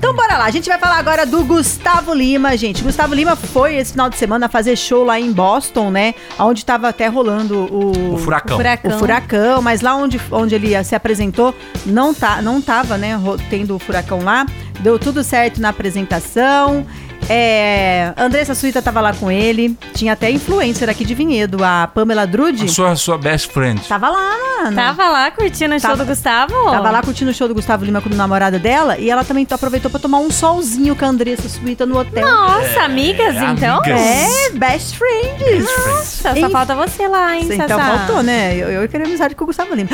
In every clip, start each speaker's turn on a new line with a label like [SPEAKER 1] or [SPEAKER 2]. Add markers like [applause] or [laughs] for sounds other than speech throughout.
[SPEAKER 1] Então bora lá, a gente vai falar agora do Gustavo Lima, gente. Gustavo Lima foi esse final de semana fazer show lá em Boston, né? Onde tava até rolando o...
[SPEAKER 2] O furacão.
[SPEAKER 3] O furacão.
[SPEAKER 1] O furacão, mas lá onde, onde ele se apresentou, não, tá, não tava, né, ro- tendo o furacão lá. Deu tudo certo na apresentação. É, Andressa Suíta tava lá com ele. Tinha até influencer aqui de Vinhedo, a Pamela Drude.
[SPEAKER 2] Sua, sua best friend.
[SPEAKER 1] Tava lá, mano.
[SPEAKER 3] Tava lá curtindo o show
[SPEAKER 1] Tava-
[SPEAKER 3] do Gustavo?
[SPEAKER 1] Tava lá curtindo o show do Gustavo Lima com o namorado dela e ela também t- aproveitou pra tomar um solzinho com a Andressa Suíta no hotel.
[SPEAKER 3] Nossa, amigas, então?
[SPEAKER 2] É, amigas.
[SPEAKER 1] É, best friends.
[SPEAKER 2] Best friends.
[SPEAKER 3] Nossa, só
[SPEAKER 1] Enfim.
[SPEAKER 3] falta você lá, hein, Sassá?
[SPEAKER 1] Então faltou, né? Eu, eu queria amizade com o Gustavo Lima.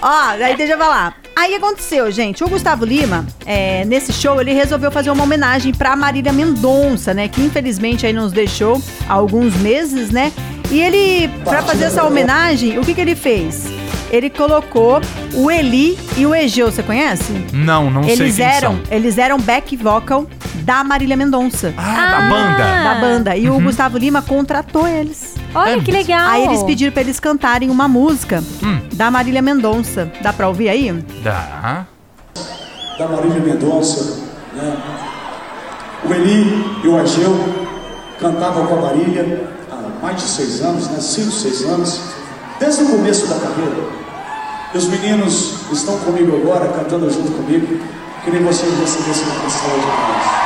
[SPEAKER 1] Ó, daí deixa eu falar. Aí aconteceu, gente. O Gustavo Lima, é, nesse show, ele resolveu fazer uma homenagem pra Marília Mendonça, né? Que infelizmente aí nos deixou há alguns meses, né? E ele, pra fazer essa homenagem, o que, que ele fez? Ele colocou o Eli e o Egeu, você conhece?
[SPEAKER 2] Não, não sei
[SPEAKER 1] Eles
[SPEAKER 2] quem
[SPEAKER 1] eram,
[SPEAKER 2] são.
[SPEAKER 1] eles eram back vocal da Marília Mendonça,
[SPEAKER 2] Ah, da banda.
[SPEAKER 1] da banda. E
[SPEAKER 2] Uhum.
[SPEAKER 1] o Gustavo Lima contratou eles.
[SPEAKER 3] Olha
[SPEAKER 2] É,
[SPEAKER 3] que legal.
[SPEAKER 1] Aí eles pediram pra eles cantarem uma música
[SPEAKER 2] Hum.
[SPEAKER 1] da Marília Mendonça. Dá pra ouvir aí?
[SPEAKER 2] Da...
[SPEAKER 4] da Marília Mendonça, né? o Eli e o Ageu cantavam com a Marília há mais de seis anos, né? cinco, seis anos, desde o começo da carreira. E os meninos estão comigo agora, cantando junto comigo, que nem vocês recebessem uma pessoa de nós.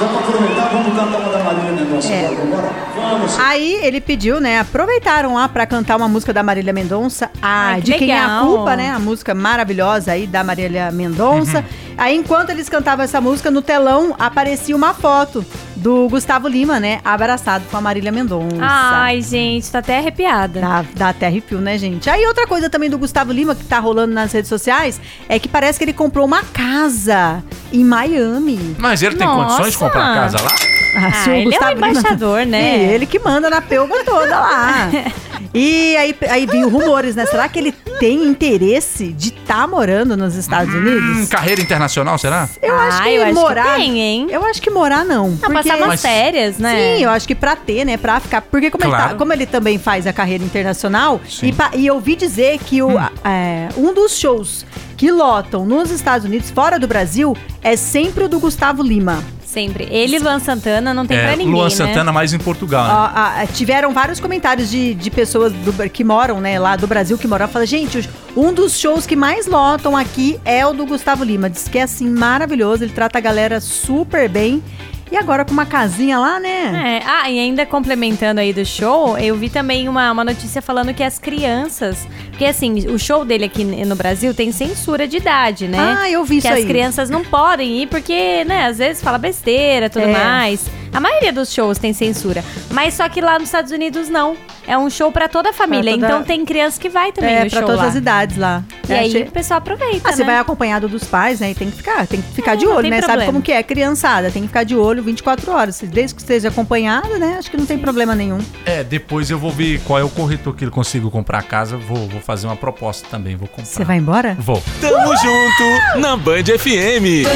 [SPEAKER 4] Já para aproveitar, vamos cantar uma da Marília Mendonça
[SPEAKER 1] É.
[SPEAKER 4] agora, vamos embora? Vamos!
[SPEAKER 1] Aí ele pediu, né? Aproveitaram lá pra cantar uma música da Marília Mendonça, a
[SPEAKER 3] Ai, que
[SPEAKER 1] De Quem é a
[SPEAKER 3] legal.
[SPEAKER 1] Culpa, né? A música maravilhosa aí da Marília Mendonça. Aí enquanto eles cantavam essa música, no telão aparecia uma foto do Gustavo Lima, né? Abraçado com a Marília Mendonça.
[SPEAKER 3] Ai, gente, tô até arrepiada.
[SPEAKER 1] Dá, dá até arrepio, né, gente? Aí outra coisa também do Gustavo Lima que tá rolando nas redes sociais é que parece que ele comprou uma casa em Miami.
[SPEAKER 2] Mas ele tem
[SPEAKER 3] Nossa.
[SPEAKER 2] condições de comprar casa lá?
[SPEAKER 1] Ah, se o
[SPEAKER 3] ele é um
[SPEAKER 1] Lima- [laughs]
[SPEAKER 3] embaixador, né?
[SPEAKER 1] E ele que manda na pelva toda
[SPEAKER 3] [laughs]
[SPEAKER 1] lá. E aí, aí vinham rumores, né? Será que ele tem interesse de estar morando nos Estados
[SPEAKER 2] Hum,
[SPEAKER 1] Unidos?
[SPEAKER 2] carreira internacional, será?
[SPEAKER 1] Eu acho
[SPEAKER 3] Ah,
[SPEAKER 1] que
[SPEAKER 3] eu acho que
[SPEAKER 1] morar.
[SPEAKER 3] tem, hein?
[SPEAKER 1] Eu acho que morar não.
[SPEAKER 3] Ah,
[SPEAKER 1] porque-
[SPEAKER 3] passar umas férias, né?
[SPEAKER 1] Sim, eu acho que pra ter, né? Pra ficar. Porque como, ele,
[SPEAKER 2] Claro.
[SPEAKER 1] tá- como ele também faz a carreira internacional,
[SPEAKER 2] Sim.
[SPEAKER 1] e, pa- e eu ouvi dizer que
[SPEAKER 3] Hum.
[SPEAKER 1] o, é, um dos shows que lotam nos Estados Unidos, fora do Brasil, é sempre o do Gustavo Lima.
[SPEAKER 3] Sempre. Ele e Luan Santana não tem
[SPEAKER 2] É,
[SPEAKER 3] pra ninguém,
[SPEAKER 2] Luan
[SPEAKER 3] né?
[SPEAKER 2] Santana mais em Portugal, né?
[SPEAKER 1] Ó, a- a- tiveram vários comentários de, de pessoas do- que moram, né, lá do Brasil, que moram, fala gente, os- um dos shows que mais lotam aqui é o do Gustavo Lima. Diz que é assim maravilhoso, ele trata a galera super bem. E agora com uma casinha lá, né?
[SPEAKER 3] É, Ah, e ainda complementando aí do show, eu vi também uma, uma notícia falando que as crianças. Porque assim, o show dele aqui no Brasil tem censura de idade, né?
[SPEAKER 1] Ah, eu vi
[SPEAKER 3] que
[SPEAKER 1] isso
[SPEAKER 3] as
[SPEAKER 1] aí.
[SPEAKER 3] crianças não podem ir porque, né, às vezes fala besteira tudo
[SPEAKER 1] É.
[SPEAKER 3] mais. A maioria dos shows tem censura. Mas só que lá nos Estados Unidos não. É um show pra toda a família.
[SPEAKER 1] toda-
[SPEAKER 3] Então tem criança que vai também
[SPEAKER 1] É,
[SPEAKER 3] no
[SPEAKER 1] pra
[SPEAKER 3] show
[SPEAKER 1] todas
[SPEAKER 3] lá.
[SPEAKER 1] as idades lá.
[SPEAKER 3] E
[SPEAKER 1] É,
[SPEAKER 3] aí
[SPEAKER 1] achei-
[SPEAKER 3] o pessoal aproveita,
[SPEAKER 1] Ah, você
[SPEAKER 3] né?
[SPEAKER 1] vai acompanhado dos pais, né? E tem que ficar, tem que ficar
[SPEAKER 3] É,
[SPEAKER 1] de
[SPEAKER 3] não
[SPEAKER 1] olho,
[SPEAKER 3] tem
[SPEAKER 1] né? Sabe
[SPEAKER 3] problema.
[SPEAKER 1] como que é? Criançada, tem que ficar de olho 24 horas. Desde que esteja acompanhada, né? Acho que não tem problema nenhum.
[SPEAKER 2] É, depois eu vou ver qual é o corretor que eu consigo comprar a casa. Vou, vou fazer uma proposta também, vou comprar.
[SPEAKER 1] Você vai embora?
[SPEAKER 2] Vou.
[SPEAKER 5] Tamo junto na Band FM.